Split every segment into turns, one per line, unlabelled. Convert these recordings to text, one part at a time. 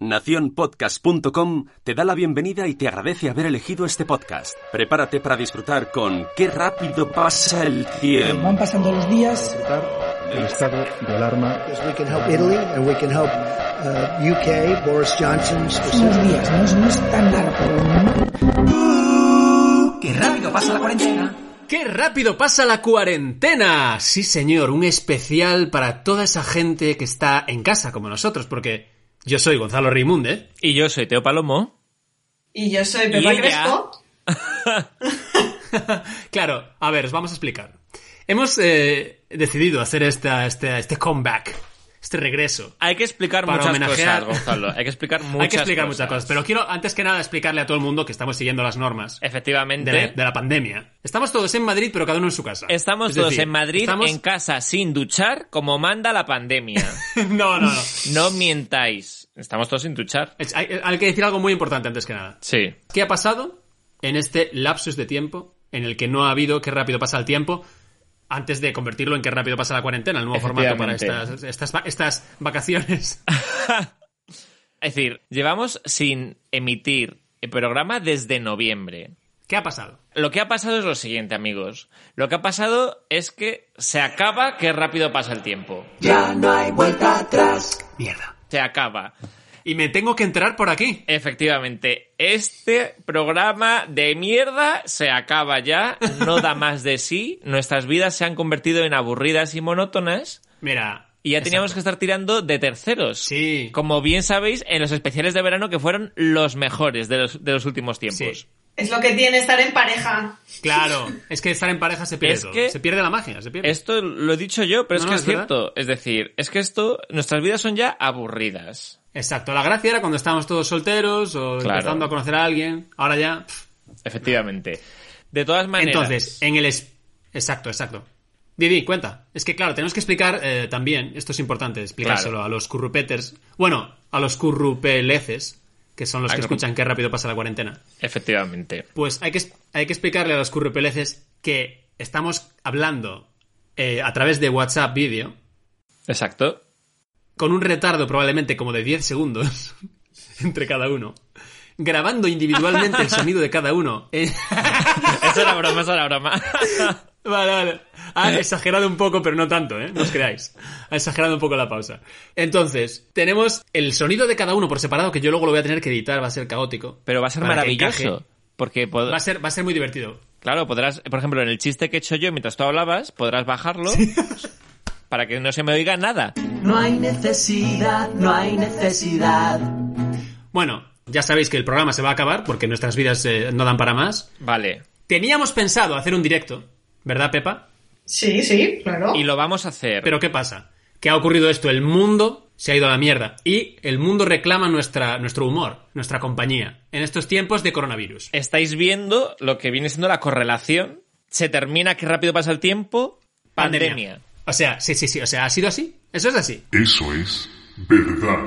Naciónpodcast.com te da la bienvenida y te agradece haber elegido este podcast. Prepárate para disfrutar con Qué rápido pasa el tiempo.
Van pasando los días.
El estado de alarma.
We can help Italy and we can help uh, UK, Boris Johnson
Unos
specifically.
días, no es, no es tan largo.
¡Qué rápido pasa la cuarentena! ¡Qué rápido pasa la cuarentena! Sí, señor, un especial para toda esa gente que está en casa como nosotros, porque yo soy Gonzalo ¿eh? Rimunde.
Y yo soy Teo Palomo.
Y yo soy
Y
Pepa
ella.
Crespo.
claro, a ver, os vamos a explicar. Hemos eh, decidido hacer esta, este, este comeback, este regreso.
Hay que explicar
Para
muchas
homenajear-
cosas, Gonzalo. Hay que explicar muchas
Hay que explicar muchas cosas, pero quiero antes que nada explicarle a todo el mundo que estamos siguiendo las normas
Efectivamente.
de la, de la pandemia. Estamos todos en Madrid, pero cada uno en su casa.
Estamos
Es
todos
decir,
en Madrid,
estamos-
en casa, sin duchar, como manda la pandemia.
no, no, no.
no mientáis. Estamos todos sin duchar.
Es- Hay, hay que decir algo muy importante antes que nada.
Sí.
¿Qué ha pasado en este lapsus de tiempo en el que no ha habido qué rápido pasa el tiempo antes de convertirlo en qué rápido pasa la cuarentena, el nuevo formato para
Efectivamente.
estas, estas, va- estas vacaciones?
Es decir, llevamos sin emitir el programa desde noviembre.
¿Qué ha pasado?
Lo que ha pasado es lo siguiente, amigos. Lo que ha pasado es que se acaba que rápido pasa el tiempo.
Mierda.
Se acaba.
Y me tengo que enterar por aquí.
Efectivamente, este programa de mierda se acaba ya, no da más de sí, nuestras vidas se han convertido en aburridas y monótonas
Mira.
y ya teníamos que estar tirando de terceros.
Sí.
Como bien sabéis, en los especiales de verano que fueron los mejores de los, de los últimos tiempos.
Sí.
Es lo que tiene estar en pareja.
Claro, es que estar en pareja se pierde
Es
todo.
que-
Se pierde la magia, se pierde.
Esto lo he dicho yo, pero es
No, no,
que es,
es verdad.
cierto. Es decir, es que esto, nuestras vidas son ya aburridas.
Exacto, la gracia era cuando estábamos todos solteros o
Claro.
empezando a conocer a alguien. Ahora ya. pff.
Efectivamente. De todas maneras.
Entonces, en el... es- Exacto, exacto. Didi, cuenta. Es que, claro, tenemos que explicar eh, también, esto es importante, explicárselo
Claro.
a los currupeters, bueno, a los currupeleces, que son los
Ah,
que
claro.
escuchan qué rápido pasa la cuarentena.
Efectivamente.
Pues hay que, es- hay que explicarle a los currupeleces que estamos hablando eh, a través de WhatsApp vídeo,
Exacto.
con un retardo probablemente como de 10 segundos entre cada uno, grabando individualmente el sonido de cada uno. eh.
Eso era broma, eso era broma.
Vale, vale. Han exagerado un poco, pero no tanto, ¿eh? No os creáis. Ha exagerado un poco la pausa. Entonces, tenemos el sonido de cada uno por separado, que yo luego lo voy a tener que editar, va a ser caótico.
Pero va a ser
Para que
maravilloso.
encaje.
Porque, pod-
Va a ser, va a ser muy divertido.
claro, podrás, por ejemplo, en el chiste que he hecho yo mientras tú hablabas, podrás bajarlo para que no se me oiga nada.
No hay necesidad, no hay necesidad.
Bueno, ya sabéis que el programa se va a acabar porque nuestras vidas eh, no dan para más.
Vale.
Teníamos pensado hacer un directo, ¿verdad, Pepa?
Sí, sí, claro.
Y lo vamos a hacer.
Pero ¿qué pasa? Que ha ocurrido esto, el mundo se ha ido a la mierda y el mundo reclama nuestra, nuestro humor, nuestra compañía, en estos tiempos de coronavirus.
Estáis viendo lo que viene siendo la correlación. Se termina, qué rápido pasa el tiempo. Pandemia.
O sea, sí, sí, sí. O sea, ha sido así. Eso es así.
Eso es verdad.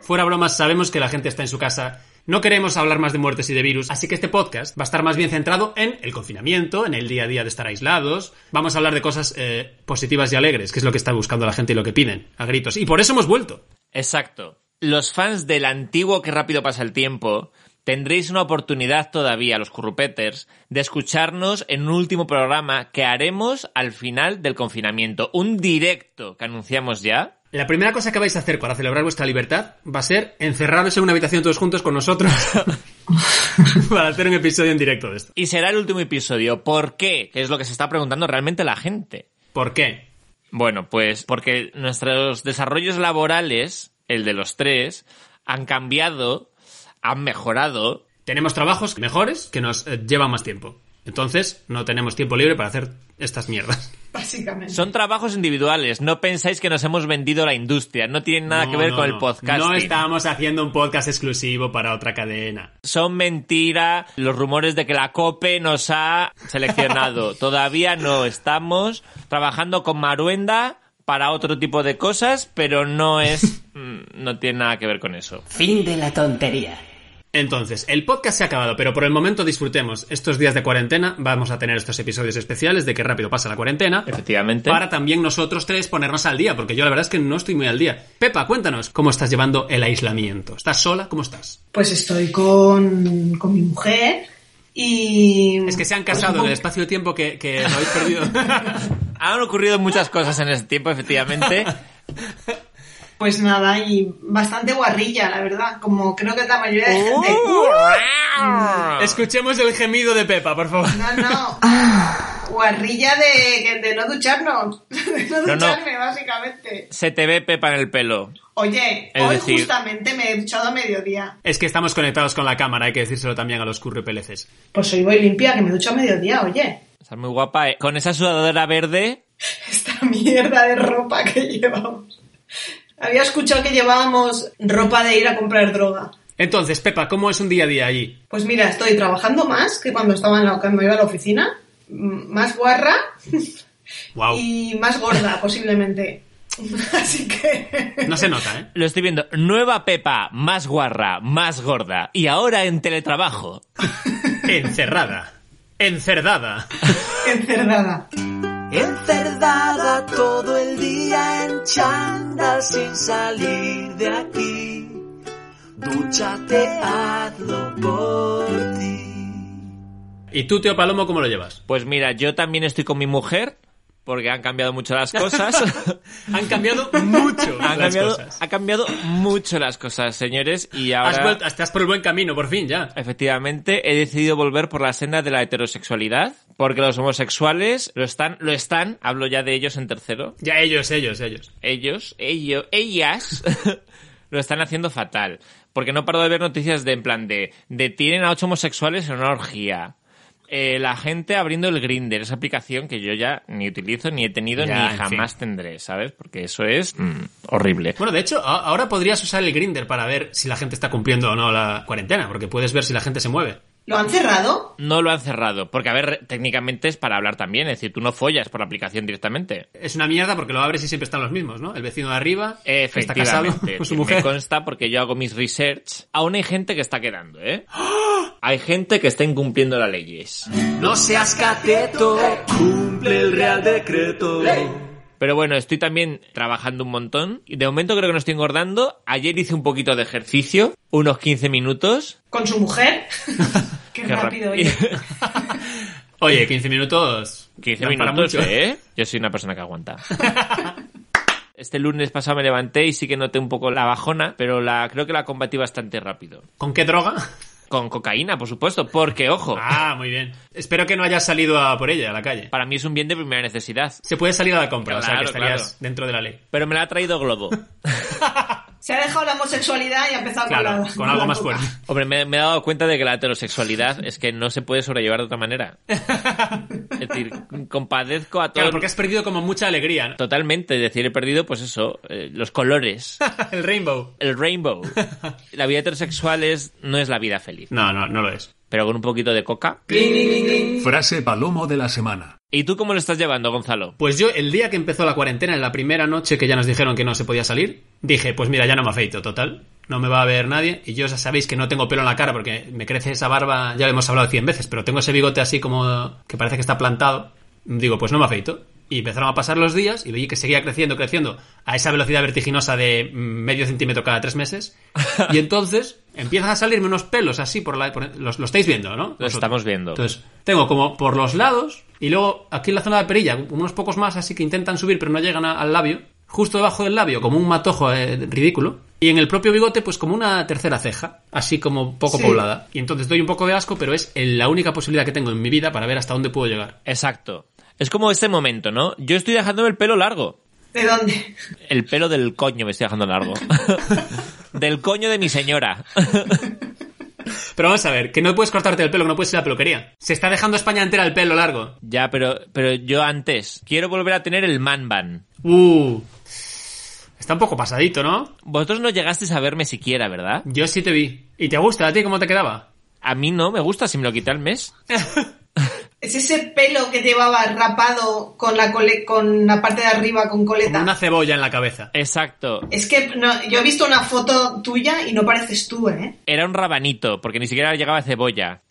Fuera bromas, sabemos que la gente está en su casa. No queremos hablar más de muertes y de virus, así que este podcast va a estar más bien centrado en el confinamiento, en el día a día de estar aislados. Vamos a hablar de cosas eh, positivas y alegres, que es lo que está buscando la gente y lo que piden, a gritos. Y por eso hemos vuelto.
Exacto. Los fans del antiguo Qué rápido pasa el tiempo tendréis una oportunidad todavía, los currupeters, de escucharnos en un último programa que haremos al final del confinamiento. Un directo que anunciamos ya.
La primera cosa que vais a hacer para celebrar vuestra libertad va a ser encerraros en una habitación todos juntos con nosotros para hacer un episodio en directo de esto.
Y será el último episodio. ¿Por qué? Que es lo que se está preguntando realmente la gente.
¿Por qué?
Bueno, pues porque nuestros desarrollos laborales, el de los tres, han cambiado, han mejorado.
Tenemos trabajos mejores que nos eh, llevan más tiempo. Entonces, no tenemos tiempo libre para hacer estas mierdas.
Básicamente.
Son trabajos individuales, no pensáis que nos hemos vendido la industria, no tienen nada
No,
que ver
no,
con el
no.
podcast.
No estamos haciendo un podcast exclusivo para otra cadena.
Son mentira los rumores de que la COPE nos ha seleccionado. Todavía no estamos trabajando con Maruenda para otro tipo de cosas, pero no es mm, no tiene nada que ver con eso.
Fin de la tontería.
Entonces, el podcast se ha acabado, pero por el momento disfrutemos estos días de cuarentena. Vamos a tener estos episodios especiales de qué rápido pasa la cuarentena.
Efectivamente.
Para también nosotros tres ponernos al día, porque yo la verdad es que no estoy muy al día. Pepa, cuéntanos, ¿cómo estás llevando el aislamiento? ¿Estás sola? ¿Cómo estás?
Pues estoy con, con mi mujer y... pues
Es que se han casado en el espacio de tiempo que, que lo habéis perdido.
Han ocurrido muchas cosas en este tiempo, efectivamente. Uh,
Pues nada, y bastante guarrilla, la verdad, como creo que la mayoría
Eh,
de
Oh.
gente... "Uh,
uh, ah.
Ah.
Escuchemos el gemido de Pepa, por favor.
No, no. Guarrilla de, de no ducharnos. De no
No, no.
ducharme, básicamente.
Se te ve Pepa en el pelo.
Oye,
Es
hoy
decir-
justamente me he duchado a mediodía.
Es que estamos conectados con la cámara, hay que decírselo también a los currepeleces.
Pues hoy voy limpia, que me ducho a mediodía, oye.
Estás muy guapa. eh. Con esa sudadera verde
Esta mierda de ropa que llevamos. Había escuchado que llevábamos ropa de ir a comprar droga.
Entonces, Pepa, ¿cómo es un día a día allí?
Pues mira, estoy trabajando más que cuando estaba en la, cuando iba a la oficina. Mm, Más guarra
Wow.
y más gorda, posiblemente. Así que...
No se nota, ¿eh?
Lo estoy viendo. Nueva Pepa, más guarra, más gorda. Y ahora en teletrabajo.
Encerrada. Encerdada.
Encerrada.
Encerrada todo el día en chándal sin salir de aquí. Dúchate, hazlo por ti.
¿Y tú, tío Palomo, cómo lo llevas?
Pues mira, yo también estoy con mi mujer, porque han cambiado mucho las cosas.
Han cambiado mucho
Han
las
cambiado,
cosas.
ha cambiado mucho las cosas, señores. Y
Has
ahora,
vuelto- estás por el buen camino, por fin, ya.
efectivamente, he decidido volver por la senda de la heterosexualidad, porque los homosexuales lo están, lo están, hablo ya de ellos en tercero,
Ya ellos, ellos, ellos.
ellos, ellos, ellas lo están haciendo fatal. Porque no paro de ver noticias de en plan de detienen a ocho homosexuales en una orgía. Eh, la gente abriendo el Grinder, esa aplicación que yo ya ni utilizo, ni he tenido,
Ya, en
ni
fin.
jamás tendré, ¿sabes? Porque eso es mm, horrible.
Bueno, de hecho, a- ahora podrías usar el grinder para ver si la gente está cumpliendo o no la cuarentena, porque puedes ver si la gente se mueve.
¿Lo han cerrado?
No lo han cerrado, porque a ver, re- técnicamente es para hablar también, es decir, tú no follas por la aplicación directamente.
Es una mierda porque lo abres y siempre están los mismos, ¿no? El vecino de arriba que está casado
Efectivamente,
con su
me
mujer.
consta porque yo hago mis research. Aún hay gente que está quedando, ¿eh? Hay gente que está incumpliendo las leyes.
No seas cateto, cumple el real decreto.
Pero bueno, estoy también trabajando un montón. Y De momento creo que no estoy engordando. Ayer hice un poquito de ejercicio, unos 15 minutos.
¿Con su mujer? Qué,
Qué
rápido,
rap-
oye.
Oye, 15 minutos.
15
dan para
minutos,
mucho.
¿eh? Yo soy una persona que aguanta. Este lunes pasado me levanté y sí que noté un poco la bajona, pero la, creo que la combatí bastante rápido.
¿Con qué droga?
Con cocaína, por supuesto, porque, ojo,
Ah, muy bien. Espero que no hayas salido a por ella, a la calle.
para mí es un bien de primera necesidad.
Se puede salir a la compra, o sea, que
Claro,
estarías
claro.
dentro de la ley.
Pero me la ha traído Globo.
Se ha dejado la homosexualidad y ha empezado
Claro,
con, la-
con algo
la
más
coca.
fuerte.
Hombre, me, me he dado cuenta de que la heterosexualidad es que no se puede sobrellevar de otra manera. Es decir, compadezco a
Claro,
todo...
porque has perdido como mucha alegría, ¿no?
Totalmente, es decir, he perdido, pues eso, eh, los colores,
El rainbow.
el rainbow. La vida heterosexual es, no es la vida feliz,
No, no, no lo es.
pero con un poquito de coca.
Frase palomo de la semana.
¿Y tú cómo lo estás llevando, Gonzalo?
Pues yo, el día que empezó la cuarentena, en la primera noche que ya nos dijeron que no se podía salir, dije, pues mira, ya no me afeito, total. No me va a ver nadie. Y yo ya sabéis que no tengo pelo en la cara porque me crece esa barba, ya lo hemos hablado cien veces, pero tengo ese bigote así como que parece que está plantado. Digo, pues no me afeito. Y empezaron a pasar los días y veía que seguía creciendo, creciendo a esa velocidad vertiginosa de mm, medio centímetro cada tres meses. Y entonces empiezan a salirme unos pelos así por la... por- los, lo estáis viendo, ¿no?
Lo estamos viendo.
Entonces, tengo como por los lados y luego aquí en la zona de perilla, unos pocos más así que intentan subir pero no llegan a- al labio. Justo debajo del labio, como un matojo eh, ridículo. Y en el propio bigote, pues como una tercera ceja, así como poco
Sí.
poblada. Y entonces doy un poco de asco, pero es el- la única posibilidad que tengo en mi vida para ver hasta dónde puedo llegar.
Exacto. Es como este momento, ¿no? Yo estoy dejándome el pelo largo.
¿De dónde?
El pelo del coño me estoy dejando largo. del coño de mi señora.
Pero vamos a ver, que no puedes cortarte el pelo, que no puedes ir a la peluquería. Se está dejando España entera el pelo largo.
Ya, pero, pero yo antes quiero volver a tener el man ban.
Uh. Está un poco pasadito, ¿no?
Vosotros no llegasteis a verme siquiera, ¿verdad?
Yo sí te vi. ¿Y te gusta a ti cómo te quedaba?
A mí no, me gusta si me lo quita el mes.
Es ese pelo que llevaba rapado con la, cole- con la parte de arriba con
Como
coleta.
una cebolla en la cabeza.
Exacto.
Es que no, yo he visto una foto tuya y no pareces tú, ¿eh?
Era un rabanito, porque ni siquiera llegaba cebolla.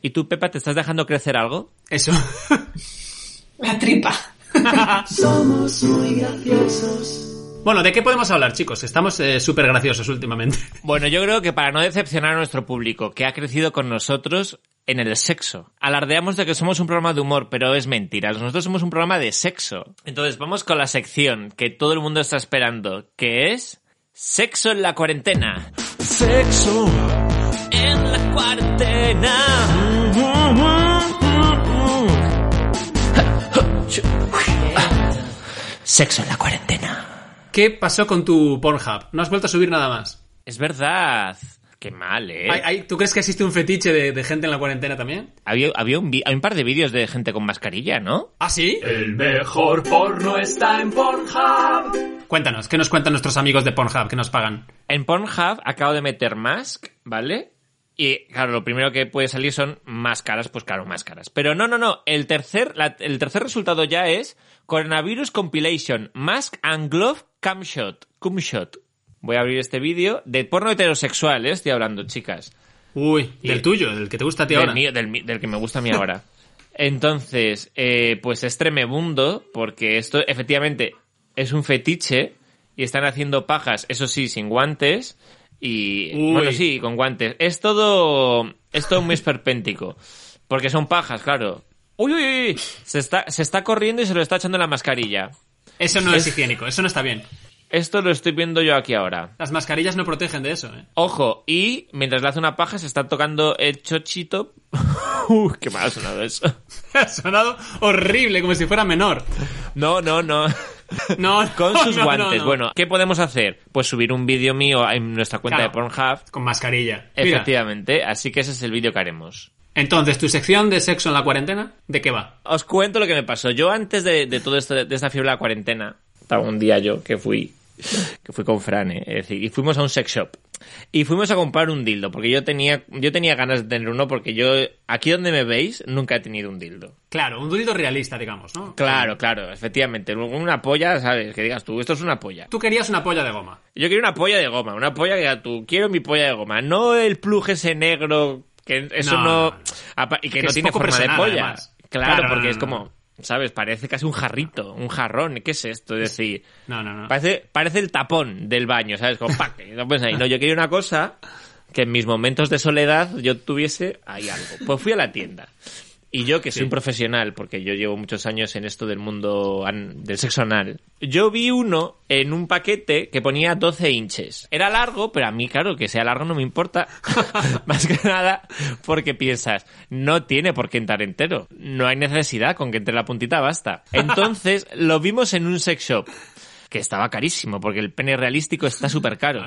¿Y tú, Pepa, te estás dejando crecer algo?
Eso.
La tripa.
Somos muy graciosos.
bueno, ¿de qué podemos hablar, chicos? Estamos eh, súper graciosos últimamente.
Bueno, yo creo que para no decepcionar a nuestro público, que ha crecido con nosotros en el sexo. Alardeamos de que somos un programa de humor, pero es mentira. Nosotros somos un programa de sexo. Entonces vamos con la sección que todo el mundo está esperando, que es Sexo en la cuarentena. Sexo en la cuarentena. Sexo en la cuarentena.
¿Qué pasó con tu Pornhub? No has vuelto a subir nada más.
Es verdad. Qué mal, ¿eh?
Ay, ay, ¿Tú crees que existe un fetiche de, de gente en la cuarentena también?
Había, había un, vi- hay un par de vídeos de gente con mascarilla, ¿no?
¿Ah, sí?
El mejor porno está en Pornhub.
Cuéntanos, ¿qué nos cuentan nuestros amigos de Pornhub que nos pagan?
En Pornhub acabo de meter mask, ¿vale? Y claro, lo primero que puede salir son máscaras, pues claro, máscaras. Pero no, no, no. El tercer, la- el tercer resultado ya es Coronavirus Compilation Mask and Glove Cumshot. Cumshot. Voy a abrir este vídeo de porno heterosexual, ¿eh? Estoy hablando, chicas.
Uy,
Y-
del tuyo, del que te gusta a ti
del,
ahora.
mío- del mí- del que me gusta a mí ahora. Entonces, eh, pues es tremebundo, porque esto efectivamente es un fetiche y están haciendo pajas, eso sí, sin guantes y.
Uy.
Bueno, sí, con guantes. Es todo. Es todo muy esperpéntico. Porque son pajas, claro. Uy, uy, uy. Se está, se está corriendo y se lo está echando en la mascarilla.
Eso no es
Es-
higiénico, eso no está bien.
Esto lo estoy viendo yo aquí ahora.
Las mascarillas no protegen de eso, ¿eh?
Ojo, y mientras le hace una paja se está tocando el chochito. Uy, qué mal ha sonado eso.
Ha sonado horrible, como si fuera menor.
No, no, no.
No, no,
Con sus
no,
guantes.
no, no.
Bueno, ¿qué podemos hacer? Pues subir un vídeo mío en nuestra cuenta
Claro.
de Pornhub.
Con mascarilla. Mira,
Efectivamente, así que ese es el vídeo que haremos.
entonces, ¿tu sección de sexo en la cuarentena? ¿De qué va?
Os cuento lo que me pasó. Yo antes de, de todo esto, de esta fiebre de la cuarentena, estaba un día yo que fui, que fui con Fran, ¿eh? es decir, y fuimos a un sex shop. Y fuimos a comprar un dildo, porque yo tenía, yo tenía ganas de tener uno, porque yo, aquí donde me veis, nunca he tenido un dildo.
Claro, un dildo realista, digamos, ¿no?
Claro, claro, efectivamente. Una polla, ¿sabes? Que digas tú, esto es una polla.
Tú querías una polla de goma.
Yo quiero una polla de goma, una polla que diga tú, quiero mi polla de goma, no el pluje ese negro, que eso
No,
no...
no, no.
apa- Y que,
Que
no
es
tiene
poco
forma de
personal,
polla.
además.
Claro,
Claro, no,
porque
no,
es
no.
como, ¿sabes? Parece casi un jarrito, un jarrón, ¿qué es esto? Es decir,
No, no, no.
parece, parece el tapón del baño, ¿sabes? Como, ¡pac! y lo pones ahí. No, yo quería una cosa que en mis momentos de soledad yo tuviese ahí algo. Pues fui a la tienda. Y yo, que soy un profesional, porque yo llevo muchos años en esto del mundo an- del sexo anal, yo vi uno en un paquete que ponía 12 hinches. Era largo, pero a mí, claro, que sea largo no me importa. Más que nada, porque piensas, no tiene por qué entrar entero. No hay necesidad, con que entre la puntita basta. Entonces, lo vimos en un sex shop que estaba carísimo, porque el pene realístico está súper caro.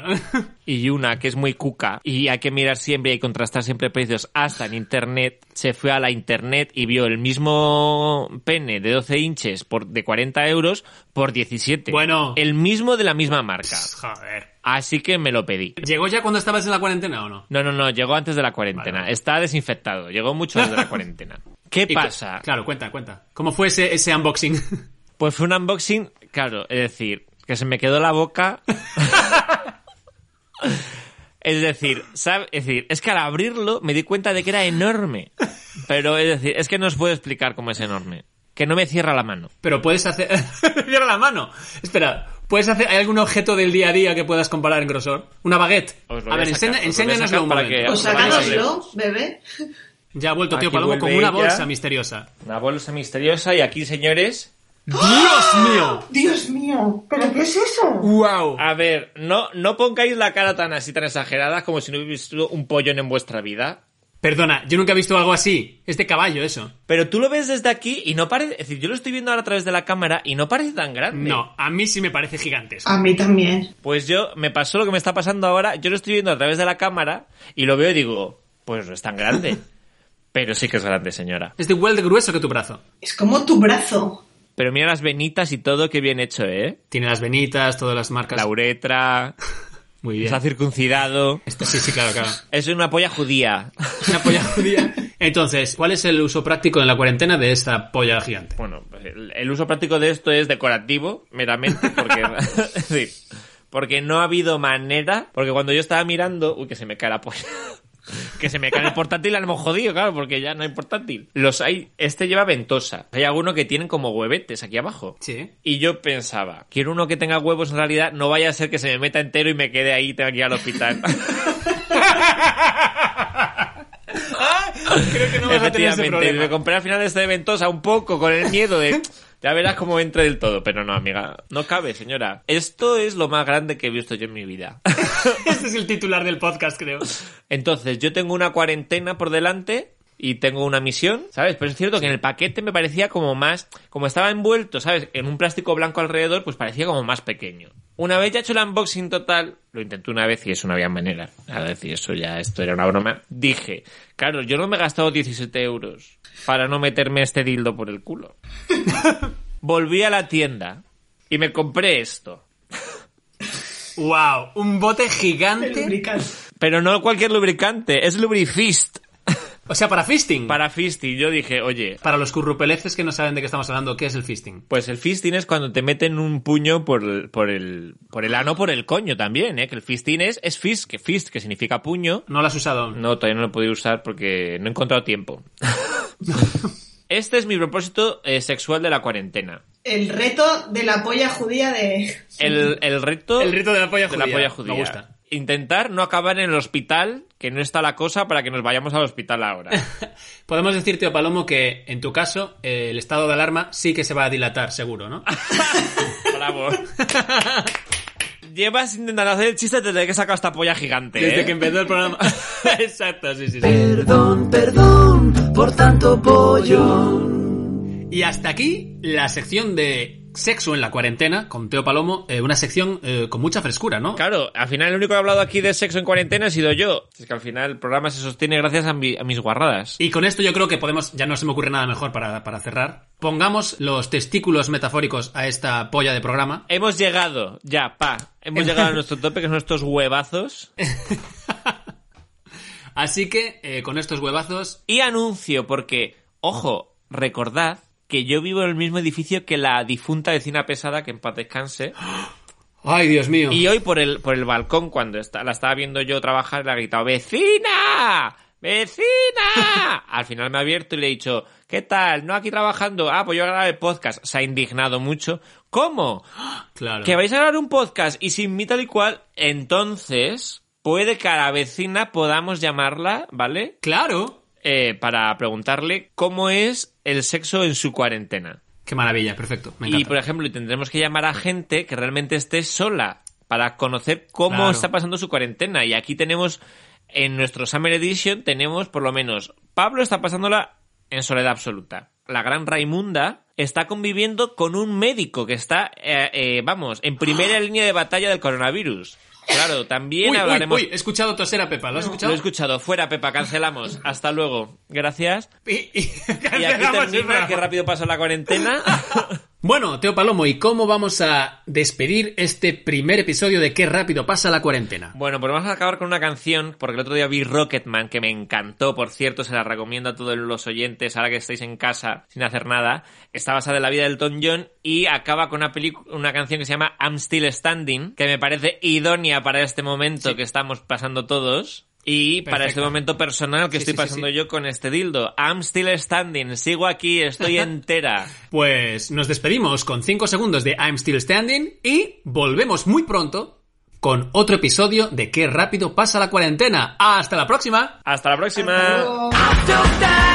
Y una que es muy cuca, y hay que mirar siempre y contrastar siempre precios hasta en internet, se fue a la internet y vio el mismo pene de 12 inches por, de 40 euros por 17.
Bueno.
El mismo de la misma marca.
Joder.
Así que me lo pedí.
¿Llegó ya cuando estabas en la cuarentena o no?
No, no, no, llegó antes de la cuarentena.
Vale.
Está desinfectado, llegó mucho antes de la cuarentena. ¿Qué
Y cu-
pasa?
Claro, cuenta, cuenta. ¿Cómo fue ese, ese unboxing?
Pues fue un unboxing, claro, es decir, que se me quedó la boca. es decir, ¿sabe? es decir, es que al abrirlo me di cuenta de que era enorme. Pero es decir, es que no os puedo explicar cómo es enorme. Que no me cierra la mano.
Pero puedes hacer... Cierra la mano. Espera, ¿puedes hacer... ¿Hay algún objeto del día a día que puedas comparar en grosor? ¿Una baguette?
Os lo
a
voy
ver,
a sacar,
enseña-
os lo voy a
enséñanoslo
sacar
un
para
momento.
que-
Pues
Os lo vais a ver.
sacándoslo, bebé.
Ya ha vuelto tío
Aquí
Palomo con
vuelve
una
ella.
bolsa misteriosa.
Una bolsa misteriosa y aquí, señores.
¡Dios mío!
Dios mío, ¿pero qué es eso?
¡Wow!
A ver, no, no pongáis la cara tan así, tan exagerada como si no hubiese visto un pollón en vuestra vida.
Perdona, yo nunca he visto algo así. Es de caballo eso.
Pero tú lo ves desde aquí y no parece. Es decir, yo lo estoy viendo ahora a través de la cámara y no parece tan grande.
No, a mí sí me parece gigantesco.
A mí también.
Pues yo, me pasó lo que me está pasando ahora. Yo lo estoy viendo a través de la cámara y lo veo y digo, pues no es tan grande. Pero sí que es grande, señora.
Es de igual de grueso que tu brazo.
Es como tu brazo.
Pero mira las venitas y todo, qué bien hecho, ¿eh?
Tiene las venitas, todas las marcas.
La uretra,
Muy bien.
está circuncidado.
Esto- sí, sí, claro, claro.
Es una polla judía.
Una polla judía. Entonces, ¿cuál es el uso práctico en la cuarentena de esta polla gigante?
Bueno, pues el, el uso práctico de esto es decorativo, meramente, porque, es decir, porque no ha habido manera, porque cuando yo estaba mirando, uy, que se me cae la polla. Que se me cae el portátil a lo mejor jodido, claro, porque ya no hay portátil. Los hay, este lleva ventosa. Hay algunos que tienen como huevetes aquí abajo.
Sí.
Y yo pensaba, quiero uno que tenga huevos en realidad, no vaya a ser que se me meta entero y me quede ahí y tenga que ir al hospital.
Creo que no vas a tener ese
Efectivamente, me
problema.
compré al final este de ventosa un poco con el miedo de ya verás cómo entre del todo, pero no, amiga, no cabe, señora. Esto es lo más grande que he visto yo en mi vida.
Este es el titular del podcast, creo.
Entonces, yo tengo una cuarentena por delante y tengo una misión, ¿sabes? Pero es cierto que en el paquete me parecía como más, como estaba envuelto, ¿sabes? En un plástico blanco alrededor, pues parecía como más pequeño. Una vez ya hecho el unboxing total, lo intenté una vez y eso no había manera. A decir, eso ya, esto era una broma. Dije, claro, yo no me he gastado 17 euros para no meterme este dildo por el culo. Volví a la tienda y me compré esto.
¡Wow! Un bote
El
gigante.
lubricante.
Pero no cualquier lubricante, es Lubrifist.
O sea, para fisting.
Para Fisty, yo dije, oye,
Para los currupeleces que no saben de qué estamos hablando, ¿qué es el fisting?
Pues el fisting es cuando te meten un puño por el, por el, por el ano, por el coño también, ¿eh? Que el fisting es, es fist, que fist, que significa puño.
No lo has usado aún.
No, todavía no lo he podido usar porque no he encontrado tiempo. este es mi propósito eh, sexual de la cuarentena.
El reto de la polla judía de...
El, el reto...
El reto de la polla
de
judía. Me gusta.
Intentar no acabar en el hospital, que no está la cosa, para que nos vayamos al hospital ahora.
Podemos decir, tío Palomo, que en tu caso eh, el estado de alarma sí que se va a dilatar, seguro, ¿no?
Bravo. Llevas intentando hacer el chiste desde que he sacado esta polla gigante.
Desde
¿eh?
que empezó el programa. Exacto, sí, sí, sí.
Perdón, perdón por tanto pollo.
Y hasta aquí la sección de sexo en la cuarentena con Teo Palomo, eh, una sección eh, con mucha frescura, ¿no?
Claro, al final el único que ha hablado aquí de sexo en cuarentena he sido yo. Es que al final el programa se sostiene gracias a, mi- a mis guarradas.
Y con esto yo creo que podemos, ya no se me ocurre nada mejor para, para cerrar. Pongamos los testículos metafóricos a esta polla de programa.
Hemos llegado, ya, pa. Hemos llegado a nuestro tope, que son estos huevazos.
Así que eh, con estos huevazos,
Y anuncio, porque, ojo, recordad que yo vivo en el mismo edificio que la difunta vecina pesada, que en paz descanse.
ay Dios mío,
Y hoy por el, por el balcón, cuando esta- la estaba viendo yo trabajar, le ha gritado, ¡Vecina! ¡Vecina! Al final me ha abierto y le he dicho, ¿qué tal? ¿No aquí trabajando? Ah, pues yo grabé el podcast. Se ha indignado mucho. ¿Cómo?
claro.
Que vais a grabar un podcast y sin mí tal y cual, entonces puede que a la vecina podamos llamarla, ¿vale?
Claro.
Eh, para preguntarle cómo es el sexo en su cuarentena.
Qué maravilla, perfecto. Me
Y,
encanta.
por ejemplo, y tendremos que llamar a gente que realmente esté sola para conocer cómo
Claro.
está pasando su cuarentena. Y aquí tenemos, en nuestro Summer Edition, tenemos por lo menos Pablo está pasándola en soledad absoluta. La gran Raimunda está conviviendo con un médico que está, eh, eh, vamos, en primera línea de batalla del coronavirus. Claro, también
uy, uy,
hablaremos...
uy, he escuchado toser a Pepa, ¿lo has
Lo
escuchado?
he escuchado. Fuera, Pepa, cancelamos. Hasta luego. Gracias.
Y- y-
Y aquí
cancelamos el
termina.
programa.
Qué rápido pasó la cuarentena.
Bueno, Teo Palomo, ¿y cómo vamos a despedir este primer episodio de Qué rápido pasa la cuarentena?
Bueno, pues vamos a acabar con una canción, porque el otro día vi Rocketman, que me encantó, por cierto, se la recomiendo a todos los oyentes, ahora que estáis en casa sin hacer nada. Está basada en la vida del Elton John y acaba con una, pelic- una canción que se llama I'm Still Standing, que me parece idónea para este momento que estamos pasando todos. Y para
Perfecto.
este momento personal
Sí,
que estoy
sí, sí,
pasando
sí.
yo con este dildo. I'm still standing, sigo aquí, estoy entera.
Pues nos despedimos con 5 segundos de I'm Still Standing y volvemos muy pronto con otro episodio de Qué rápido pasa la cuarentena. ¡Hasta la próxima!
Hasta la próxima.
Hasta luego.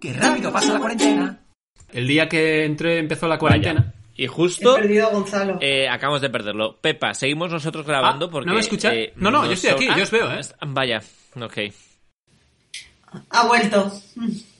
¡Qué rápido pasa la cuarentena!
El el día que entré empezó la cuarentena.
Vaya. Y
He
justo
perdido a Gonzalo.
eh, acabamos de perderlo. Pepa, seguimos nosotros grabando
Ah,
porque.
¿no me escuchas?
eh, Ah,
No, no, yo estoy aquí, yo os veo, ¿eh?
Vaya, ok.
Ha vuelto. Mm.